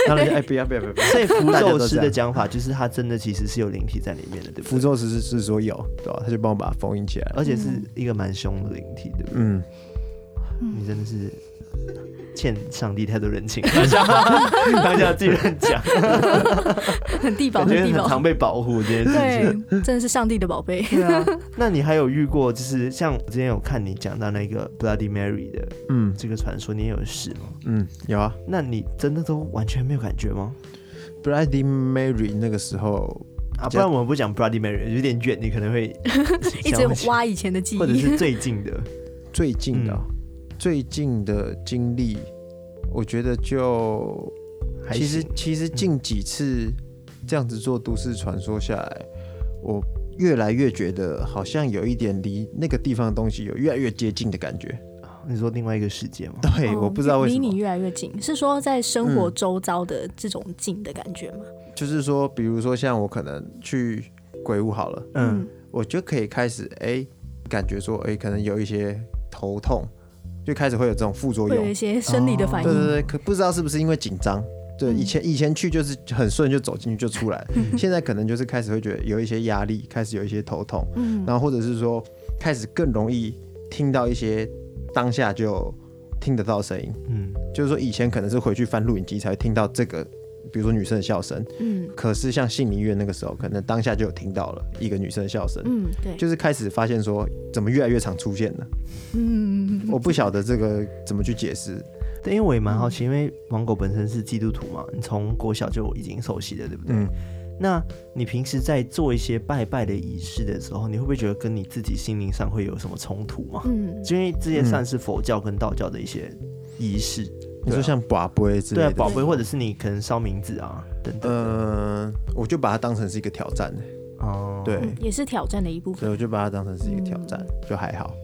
[SPEAKER 3] 然后就哎、不要不要不要。不要
[SPEAKER 1] 所以符
[SPEAKER 3] 大家都
[SPEAKER 1] 咒
[SPEAKER 3] 这
[SPEAKER 1] 师的
[SPEAKER 3] 样
[SPEAKER 1] 讲法就是，它真的其实是有灵体在里面的，对不
[SPEAKER 3] 符
[SPEAKER 1] 对？
[SPEAKER 3] 咒师是是说有，对吧、他就帮我把它封印起来了。
[SPEAKER 1] 而且是一个蛮凶的灵体，对不对？
[SPEAKER 3] 嗯，
[SPEAKER 1] 你真的是欠上帝太多人 情， 大家大家自己乱讲，
[SPEAKER 2] 很地保，
[SPEAKER 1] 感
[SPEAKER 2] 很
[SPEAKER 1] 觉
[SPEAKER 2] 地
[SPEAKER 1] 很
[SPEAKER 2] 保
[SPEAKER 1] 常。被保护这件事情。
[SPEAKER 2] 对，真的是上帝的宝贝。
[SPEAKER 1] 对啊，那你还有遇过，就是像我之前有看你讲到那个 Bloody Mary 的
[SPEAKER 3] 嗯
[SPEAKER 1] 这个传说，你也有试吗？
[SPEAKER 3] 嗯，有啊。
[SPEAKER 1] 那你真的都完全没有感觉吗？
[SPEAKER 3] Bloody Mary 那个时候，
[SPEAKER 1] 啊，不
[SPEAKER 3] 这
[SPEAKER 1] 然我们不讲 Bloody Mary，有点远，你可能会
[SPEAKER 2] 一
[SPEAKER 1] 想不
[SPEAKER 2] 直
[SPEAKER 1] 起，
[SPEAKER 2] 挖以前的记
[SPEAKER 1] 或者
[SPEAKER 2] 忆。
[SPEAKER 1] 是最近 的，
[SPEAKER 3] 最近的哦、最近的经历，我觉得就
[SPEAKER 1] 还
[SPEAKER 3] 其实
[SPEAKER 1] 行
[SPEAKER 3] 其实近几次这样子做都市传说下来，我越来越觉得好像有一点离那个地方的东西有越来越接近的感觉。
[SPEAKER 1] 你说另外一个世界吗？
[SPEAKER 3] 对，
[SPEAKER 2] 哦
[SPEAKER 3] 我不知道为什
[SPEAKER 2] 离你
[SPEAKER 3] 么，
[SPEAKER 2] 越来越近，是说在生活周遭的这种近的感觉吗？
[SPEAKER 3] 就是说，比如说像我可能去鬼屋好了，
[SPEAKER 1] 嗯，
[SPEAKER 3] 我就可以开始哎、感觉说哎、可能有一些头痛，就开始会有这种副作
[SPEAKER 2] 会有
[SPEAKER 3] 用
[SPEAKER 2] 一。些生理的反
[SPEAKER 3] 对对
[SPEAKER 2] 应。
[SPEAKER 3] 对，可不知道是不是因为紧张。对，
[SPEAKER 2] 嗯
[SPEAKER 3] 以前以前去就是很顺就走进去就出来 了，现在可能就是开始会觉得有一些压力，开始有一些头痛，
[SPEAKER 2] 嗯，
[SPEAKER 3] 然后或者是说开始更容易听到一些当下就听得到的声音，
[SPEAKER 1] 嗯，
[SPEAKER 3] 就是说以前可能是回去翻录影机才会听到这个，比如说女生的笑声，
[SPEAKER 2] 嗯
[SPEAKER 3] 可是像杏林医院那个时候，可能当下就有听到了一个女生的笑声，
[SPEAKER 2] 嗯，对，
[SPEAKER 3] 就是开始发现说怎么越来越常出现呢？
[SPEAKER 2] 嗯，
[SPEAKER 3] 我不晓得这个怎么去解释，
[SPEAKER 1] 对，因为我也蛮好奇，因为王狗本身是基督徒嘛，你从国小就已经熟悉了，对不对？
[SPEAKER 3] 嗯。
[SPEAKER 1] 那你平时在做一些拜拜的仪式的时候，你会不会觉得跟你自己心灵上会有什么冲突吗？
[SPEAKER 2] 嗯，
[SPEAKER 1] 因为这些算是佛教跟道教的一些仪式，
[SPEAKER 3] 你说像寡杯之类
[SPEAKER 1] 对啊，
[SPEAKER 3] 的，
[SPEAKER 1] 宝贝或者是你可能烧冥纸啊等等的。
[SPEAKER 3] 嗯，我就把它当成是一个挑战，
[SPEAKER 1] 哦、
[SPEAKER 3] 对，
[SPEAKER 2] 嗯也是挑战的一部
[SPEAKER 3] 所
[SPEAKER 2] 分。
[SPEAKER 3] 以我就把它当成是一个挑战，就还好。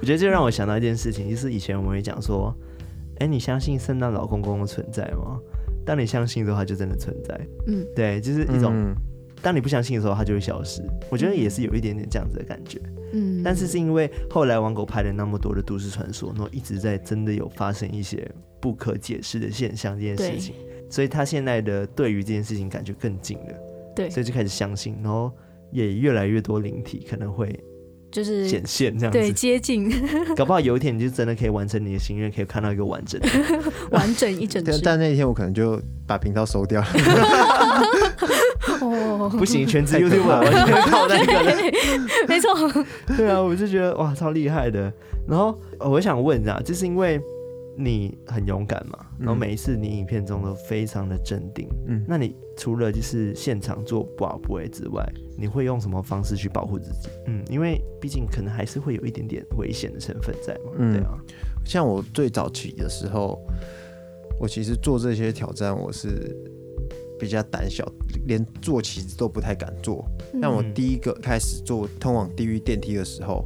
[SPEAKER 1] 我觉得这让我想到一件事情，就是以前我们会讲说，哎，你相信圣诞老公公的存在吗？当你相信的话，它就真的存在。
[SPEAKER 2] 嗯，
[SPEAKER 1] 对，就是一种、
[SPEAKER 3] 嗯
[SPEAKER 1] 当你不相信的时候，它就会消失。我觉得也是有一点点这样子的感觉，
[SPEAKER 2] 嗯，
[SPEAKER 1] 但是是因为后来王狗拍了那么多的都市传说，然后一直在真的有发生一些不可解释的现象这件事
[SPEAKER 2] 对
[SPEAKER 1] 情，所以他现在的对于这件事情感觉更近了，
[SPEAKER 2] 对，
[SPEAKER 1] 所以就开始相信，然后也越来越多灵体可能会
[SPEAKER 2] 就是
[SPEAKER 1] 显现这样
[SPEAKER 2] 对
[SPEAKER 1] 子，
[SPEAKER 2] 接近
[SPEAKER 1] 搞不好有一天你就真的可以完成你的心愿，可以看到一个完整的。
[SPEAKER 2] 完整一整
[SPEAKER 3] 但
[SPEAKER 2] 只。
[SPEAKER 3] 但那一天我可能就把频道收掉了，
[SPEAKER 2] 哦，
[SPEAKER 1] 不行，全职
[SPEAKER 3] 太可
[SPEAKER 1] YouTube
[SPEAKER 3] 怕
[SPEAKER 1] 完
[SPEAKER 3] 了
[SPEAKER 1] 全靠那个了。
[SPEAKER 2] 没 错，
[SPEAKER 1] 对啊，我就觉得哇，超厉害的。然后、呃我想问啊，就是因为你很勇敢嘛，然后每一次你影片中都非常的镇定。
[SPEAKER 3] 嗯
[SPEAKER 1] 那你除了就是现场做不好不为之外，你会用什么方式去保护自己？嗯，因为毕竟可能还是会有一点点危险的成分在嘛。
[SPEAKER 3] 嗯
[SPEAKER 1] 对啊，
[SPEAKER 3] 像我最早期的时候，我其实做这些挑战，我是比较胆小，连坐骑都不太敢坐。但我
[SPEAKER 1] 嗯
[SPEAKER 3] 第一个开始坐通往地狱电梯的时候，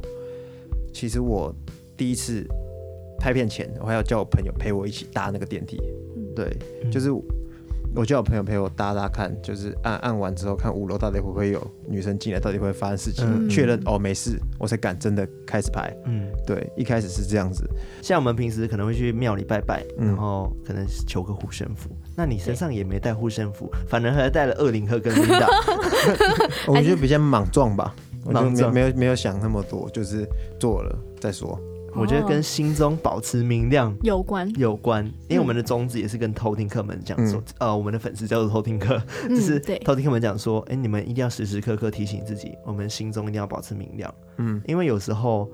[SPEAKER 3] 其实我第一次拍片前，我还要叫我朋友陪我一起搭那个电梯。
[SPEAKER 2] 嗯
[SPEAKER 3] 对，
[SPEAKER 1] 嗯
[SPEAKER 3] 就是我叫我朋友陪我搭搭看，就是按按完之后看五楼到底会不会有女生进来，到底会不会发生事情，
[SPEAKER 1] 嗯
[SPEAKER 3] 确认哦没事，我才敢真的开始拍。
[SPEAKER 1] 嗯，
[SPEAKER 3] 对，一开始是这样子。
[SPEAKER 1] 像我们平时可能会去庙里拜拜，
[SPEAKER 3] 嗯
[SPEAKER 1] 然后可能求个护身符。那你身上也没带护身符，反而还带了二零克跟 Linda。
[SPEAKER 3] 我觉得比较莽撞吧，我就
[SPEAKER 1] 莽撞
[SPEAKER 3] 没没有没有想那么多，就是做了再说。
[SPEAKER 1] 我觉得跟
[SPEAKER 2] 哦
[SPEAKER 1] 心中保持明亮
[SPEAKER 2] 有关，
[SPEAKER 1] 有关，因为我们
[SPEAKER 2] 嗯
[SPEAKER 1] 的宗旨也是跟偷听客们讲说，呃，我们的粉丝叫做偷听客，
[SPEAKER 2] 嗯
[SPEAKER 1] 就是
[SPEAKER 2] 对
[SPEAKER 1] 偷听客们讲说，哎、你们一定要时时刻刻提醒自己，我们心中一定要保持明亮，
[SPEAKER 3] 嗯，
[SPEAKER 1] 因为有时候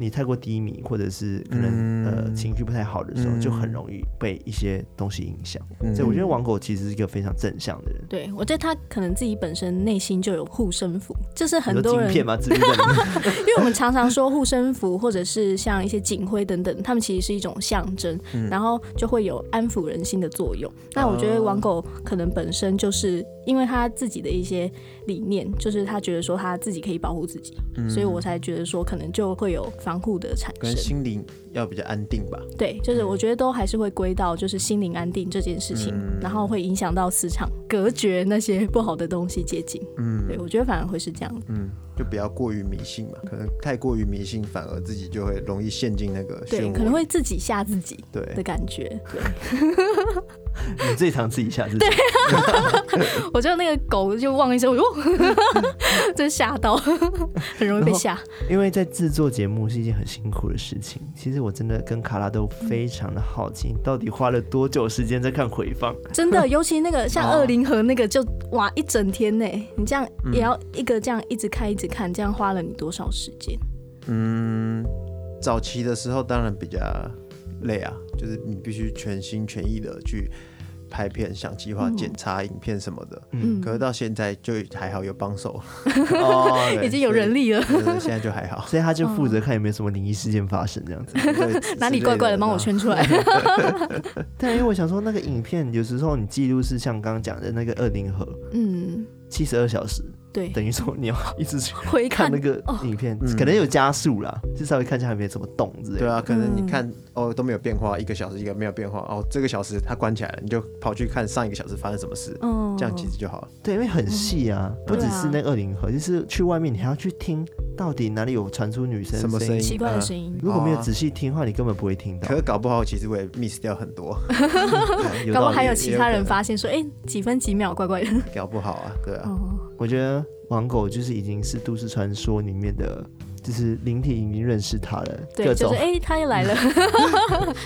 [SPEAKER 1] 你太过低迷，或者是可能、
[SPEAKER 3] 嗯
[SPEAKER 1] 呃情绪不太好的时候，
[SPEAKER 3] 嗯
[SPEAKER 1] 就很容易被一些东西影响。
[SPEAKER 3] 嗯
[SPEAKER 1] 所以我觉得王狗其实是一个非常正向的人。
[SPEAKER 2] 对我觉得他可能自己本身内心就有护身符，就是很
[SPEAKER 1] 你说
[SPEAKER 2] 多
[SPEAKER 1] 晶
[SPEAKER 2] 人
[SPEAKER 1] 片吗？自闭症
[SPEAKER 2] 因为我们常常说护身符，或者是像一些警徽等等，它们其实是一种象征，
[SPEAKER 3] 嗯
[SPEAKER 2] 然后就会有安抚人心的作用。那我
[SPEAKER 3] 哦
[SPEAKER 2] 觉得王狗可能本身就是因为他自己的一些理念，就是他觉得说他自己可以保护自己，所以我才觉得说可能就会有防护的产
[SPEAKER 3] 可能
[SPEAKER 2] 生。
[SPEAKER 3] 嗯心灵要比较安定吧。
[SPEAKER 2] 对，就是我觉得都还是会归到就是心灵安定这件事情，
[SPEAKER 3] 嗯
[SPEAKER 2] 然后会影响到磁场，隔绝那些不好的东西接近。
[SPEAKER 3] 嗯
[SPEAKER 2] 对，我觉得反而会是这样。
[SPEAKER 3] 嗯，就不要过于迷信嘛，可能太过于迷信，反而自己就会容易陷进那个漩
[SPEAKER 2] 对，
[SPEAKER 3] 涡。
[SPEAKER 2] 可能会自己吓自己的
[SPEAKER 3] 对，
[SPEAKER 2] 感觉。对。
[SPEAKER 1] 你最常自己吓自己。
[SPEAKER 2] 我就那个狗就汪一声，我就 哦真吓到，很容易被吓。
[SPEAKER 1] 因为在制作节目是一件很辛苦的事情，其实我真的跟卡拉都非常的好奇，你到底花了多久时间在看回放？
[SPEAKER 2] 真的，尤其那个像
[SPEAKER 3] 哦嗯
[SPEAKER 2] 二零和那个就哇一整天呢，你这样也要一个这样一直看一直看，这样花了你多少时间？
[SPEAKER 3] 嗯，早期的时候当然比较累啊，就是你必须全心全意的去拍片、想计划、
[SPEAKER 2] 嗯
[SPEAKER 3] 检查影片什么的。
[SPEAKER 1] 嗯
[SPEAKER 3] 可是到现在就还好有 帮手，
[SPEAKER 1] 哦，对
[SPEAKER 2] 已经有人力了，
[SPEAKER 3] 对现在就还好。
[SPEAKER 1] 所以他就负责看有没有什么灵异事件发生这样子。
[SPEAKER 3] 嗯对
[SPEAKER 2] 哪里怪怪的，帮我。
[SPEAKER 3] 之
[SPEAKER 2] 圈
[SPEAKER 3] 类
[SPEAKER 2] 出来。
[SPEAKER 1] 但因为我想说，那个影片有时候你记录是像刚刚讲的那个二零和
[SPEAKER 2] 嗯，
[SPEAKER 1] 七十二小时，
[SPEAKER 2] 对，
[SPEAKER 1] 等于说你要一直去
[SPEAKER 2] 回
[SPEAKER 1] 看
[SPEAKER 2] 看
[SPEAKER 1] 那个
[SPEAKER 3] 哦
[SPEAKER 1] 影片，可能有加速啦，就稍微看一下有没有怎么动之类
[SPEAKER 3] 对
[SPEAKER 1] 的。
[SPEAKER 3] 啊，可能你看、哦都没有变化，一个小时一个没有变化，哦这个小时它关起来了，你就跑去看上一个小时发生什么事，
[SPEAKER 2] 嗯
[SPEAKER 3] 这样其实就好了。
[SPEAKER 1] 对，因为很细啊，
[SPEAKER 3] 嗯
[SPEAKER 1] 不只
[SPEAKER 2] 对啊
[SPEAKER 1] 是那二零和，就是去外面你还要去听到底哪里有传出女生
[SPEAKER 3] 什么
[SPEAKER 1] 声
[SPEAKER 3] 声音
[SPEAKER 2] 奇怪的声音，
[SPEAKER 1] 如果没有
[SPEAKER 3] 哦
[SPEAKER 1] 仔细听的话，你根本不会听到
[SPEAKER 3] 可。是搞不好其实我也 miss 掉很多，
[SPEAKER 1] 有
[SPEAKER 2] 搞
[SPEAKER 1] 道
[SPEAKER 2] 不好
[SPEAKER 1] 理
[SPEAKER 2] 还有
[SPEAKER 3] 也
[SPEAKER 2] 其
[SPEAKER 3] 有
[SPEAKER 2] 他
[SPEAKER 3] 可
[SPEAKER 2] 人
[SPEAKER 3] 能
[SPEAKER 2] 发现说，哎，几分几秒怪怪的。
[SPEAKER 3] 搞不好啊，对啊，
[SPEAKER 2] 哦，
[SPEAKER 1] 我觉得王狗就是已经是都市传说里面的，就是灵体已经认识他了，各
[SPEAKER 2] 对，就
[SPEAKER 1] 种
[SPEAKER 2] 是哎，他又来了，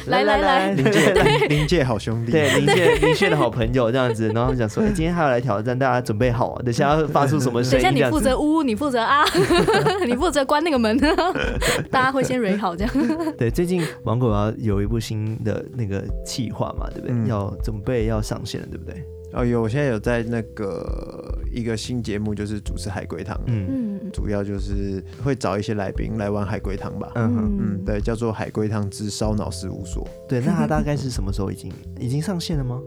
[SPEAKER 2] 来来来
[SPEAKER 3] 临 界临临界好兄弟，
[SPEAKER 1] 对，林谢林谢的好朋友这样子，然后他们讲说，哎、今天还要来挑战，大家准备好啊，等一下要发出什么声
[SPEAKER 2] 等一下
[SPEAKER 1] 音这
[SPEAKER 2] 你
[SPEAKER 1] 样
[SPEAKER 2] 负
[SPEAKER 1] 子。
[SPEAKER 2] 责呜，你负 责啊， 你负责关那个门， 大家会先蕊好这样。
[SPEAKER 1] 对，最近王狗要有一部新的那个企划嘛，对不对？
[SPEAKER 3] 嗯
[SPEAKER 1] 要准备要上线了，对不对？
[SPEAKER 3] 哦有，我现在有在那个一个新节目，就是主持海龟汤，
[SPEAKER 1] 嗯
[SPEAKER 2] 嗯
[SPEAKER 3] 主要就是会找一些来宾来玩海龟汤吧。
[SPEAKER 1] 嗯哼，
[SPEAKER 3] 嗯，对，叫做《海龟汤之烧脑事务所
[SPEAKER 1] 对，那它大概是什么时候已经已经上线了吗？》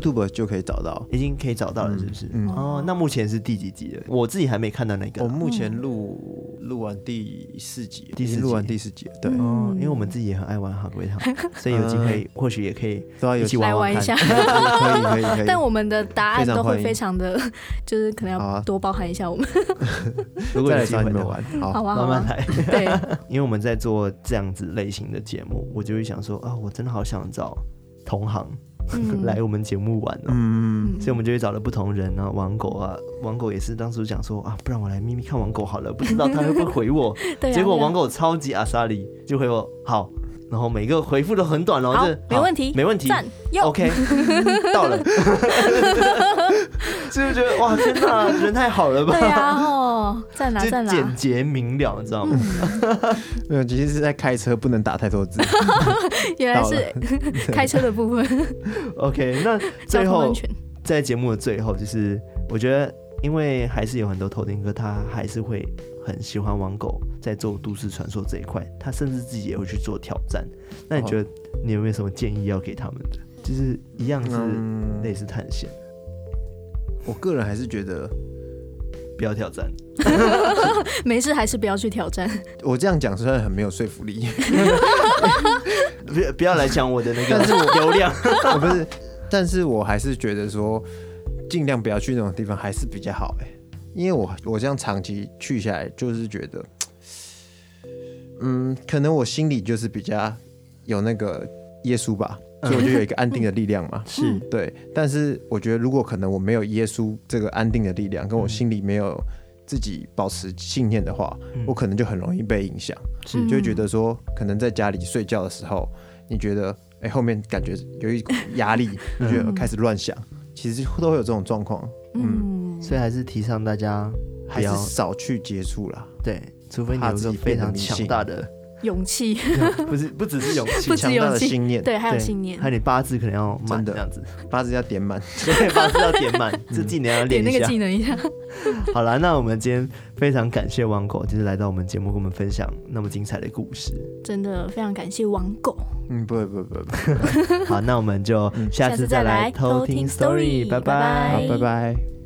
[SPEAKER 3] ，YouTube 就可以找到。
[SPEAKER 1] 已经可以找到了，是不是？
[SPEAKER 3] 嗯
[SPEAKER 1] 哦，那目前是第几集了？我自己还没看到那个
[SPEAKER 3] 我
[SPEAKER 1] 啦。
[SPEAKER 3] 目前录录完第四集，
[SPEAKER 1] 第四集
[SPEAKER 3] 已经录完第四集了，对，
[SPEAKER 2] 嗯
[SPEAKER 1] 哦，因为我们自己也很爱玩海 龟汤，所以有机会或许也可以
[SPEAKER 3] 都啊要有
[SPEAKER 1] 一起
[SPEAKER 2] 来
[SPEAKER 1] 玩玩
[SPEAKER 2] 玩一
[SPEAKER 1] 看
[SPEAKER 2] 下。
[SPEAKER 3] 可以可以可以。
[SPEAKER 2] 但我们的答案都会
[SPEAKER 3] 非
[SPEAKER 2] 非常的， 就是可能
[SPEAKER 3] 好啊
[SPEAKER 2] 要多包含一下我们。
[SPEAKER 1] 如果
[SPEAKER 3] 再
[SPEAKER 1] 有
[SPEAKER 3] 来
[SPEAKER 1] 机
[SPEAKER 3] 找
[SPEAKER 1] 会
[SPEAKER 3] 你
[SPEAKER 1] 的
[SPEAKER 3] 们
[SPEAKER 1] 话
[SPEAKER 3] 玩，，好，
[SPEAKER 2] 好啊，好
[SPEAKER 1] 慢慢
[SPEAKER 2] 啊。
[SPEAKER 1] 来。
[SPEAKER 2] 对，
[SPEAKER 1] 因为我们在做这样子类型的节目，我就会想说啊，我真的好想找同行、
[SPEAKER 2] 嗯
[SPEAKER 1] 来我们节目玩哦。
[SPEAKER 3] 嗯，
[SPEAKER 1] 所以我们就会找了不同人啊，网狗啊，网狗也是当初讲说啊，不然我来咪咪看网狗好了，不知道他会不会回我。
[SPEAKER 2] 对 啊。
[SPEAKER 1] 结果网
[SPEAKER 2] 狗
[SPEAKER 1] 狗超级阿莎里就回我好，然后每个回复都很短哦，
[SPEAKER 2] 好
[SPEAKER 1] 就是，
[SPEAKER 2] 没问题，
[SPEAKER 1] 没问题，
[SPEAKER 2] 赞哟
[SPEAKER 1] OK，到 了，是不是觉得哇天哪，人太好了吧？
[SPEAKER 2] 对啊，哦，在哪
[SPEAKER 1] 就
[SPEAKER 2] 在
[SPEAKER 1] 简
[SPEAKER 2] 哪？
[SPEAKER 1] 洁明了，你知道吗？
[SPEAKER 3] 没有，其实是在开车不能打太多 字。
[SPEAKER 2] 原来是 开车的部分，
[SPEAKER 1] OK，那
[SPEAKER 2] 交
[SPEAKER 1] 最
[SPEAKER 2] 通安
[SPEAKER 1] 后
[SPEAKER 2] 全。
[SPEAKER 1] 在节目的最后，就是我觉得，因为还是有很多头听哥，他还是会很喜欢玩狗在做都市传说这一块，他甚至自己也会去做挑战。那你觉得你有没有什么建议要给他们的？就是一样是
[SPEAKER 3] 嗯，
[SPEAKER 1] 类似探险，
[SPEAKER 3] 我个人还是觉得，
[SPEAKER 1] 不要挑战。
[SPEAKER 2] 没事，还是不要去挑战。
[SPEAKER 3] 我这样讲虽然很没有说服力，
[SPEAKER 1] 不不要来讲我的那
[SPEAKER 3] 但是
[SPEAKER 1] 个流量。
[SPEAKER 3] 我不是，但是我还是觉得说，尽量不要去那种地方还是比较好哎、因为我我这样长期去下来，就是觉得，嗯，可能我心里就是比较有那个耶稣吧，所以我就有一个安定的力量嘛。
[SPEAKER 1] 是
[SPEAKER 3] 对，但是我觉得如果可能我没有耶稣这个安定的力量，跟我心里没有自己保持信念的话，
[SPEAKER 1] 嗯
[SPEAKER 3] 我可能就很容易被影响，
[SPEAKER 1] 是
[SPEAKER 3] 就会觉得说，可能在家里睡觉的时候，你觉得哎、后面感觉有一股压力，就觉得开始乱想，其实都会有这种状况，
[SPEAKER 2] 嗯，
[SPEAKER 1] 所以还是提倡大家
[SPEAKER 3] 还是少去接触啦。
[SPEAKER 1] 对，除非你有一个非常强大的，
[SPEAKER 2] 勇气
[SPEAKER 1] 不是不只是勇气
[SPEAKER 2] 不，止
[SPEAKER 3] 强大
[SPEAKER 2] 勇
[SPEAKER 3] 的
[SPEAKER 2] 气
[SPEAKER 3] 信念，
[SPEAKER 2] 对，还有
[SPEAKER 1] 对
[SPEAKER 2] 信念
[SPEAKER 1] 还，有你八字可能要满
[SPEAKER 3] 真的
[SPEAKER 1] 这样子，
[SPEAKER 3] 八字要点满。
[SPEAKER 1] 对，八字要点 满，这技能要
[SPEAKER 2] 点
[SPEAKER 1] 练
[SPEAKER 2] 那
[SPEAKER 1] 一
[SPEAKER 2] 个
[SPEAKER 1] 下。
[SPEAKER 2] 技能一下。
[SPEAKER 1] 好啦，那我们今天非常感谢王狗，就是来到我们节目，跟我们分享那么精彩的故事。
[SPEAKER 2] 真的非常感谢王狗，
[SPEAKER 3] 嗯，不会不会不会，不会
[SPEAKER 1] 好，那我们就下
[SPEAKER 2] 下
[SPEAKER 1] 次
[SPEAKER 2] 次再
[SPEAKER 1] 再来
[SPEAKER 2] 来
[SPEAKER 1] 偷
[SPEAKER 2] 偷
[SPEAKER 1] 听
[SPEAKER 2] 听
[SPEAKER 1] story，
[SPEAKER 2] story，
[SPEAKER 1] 拜
[SPEAKER 2] 拜
[SPEAKER 1] 拜
[SPEAKER 2] 拜
[SPEAKER 3] 好，拜拜。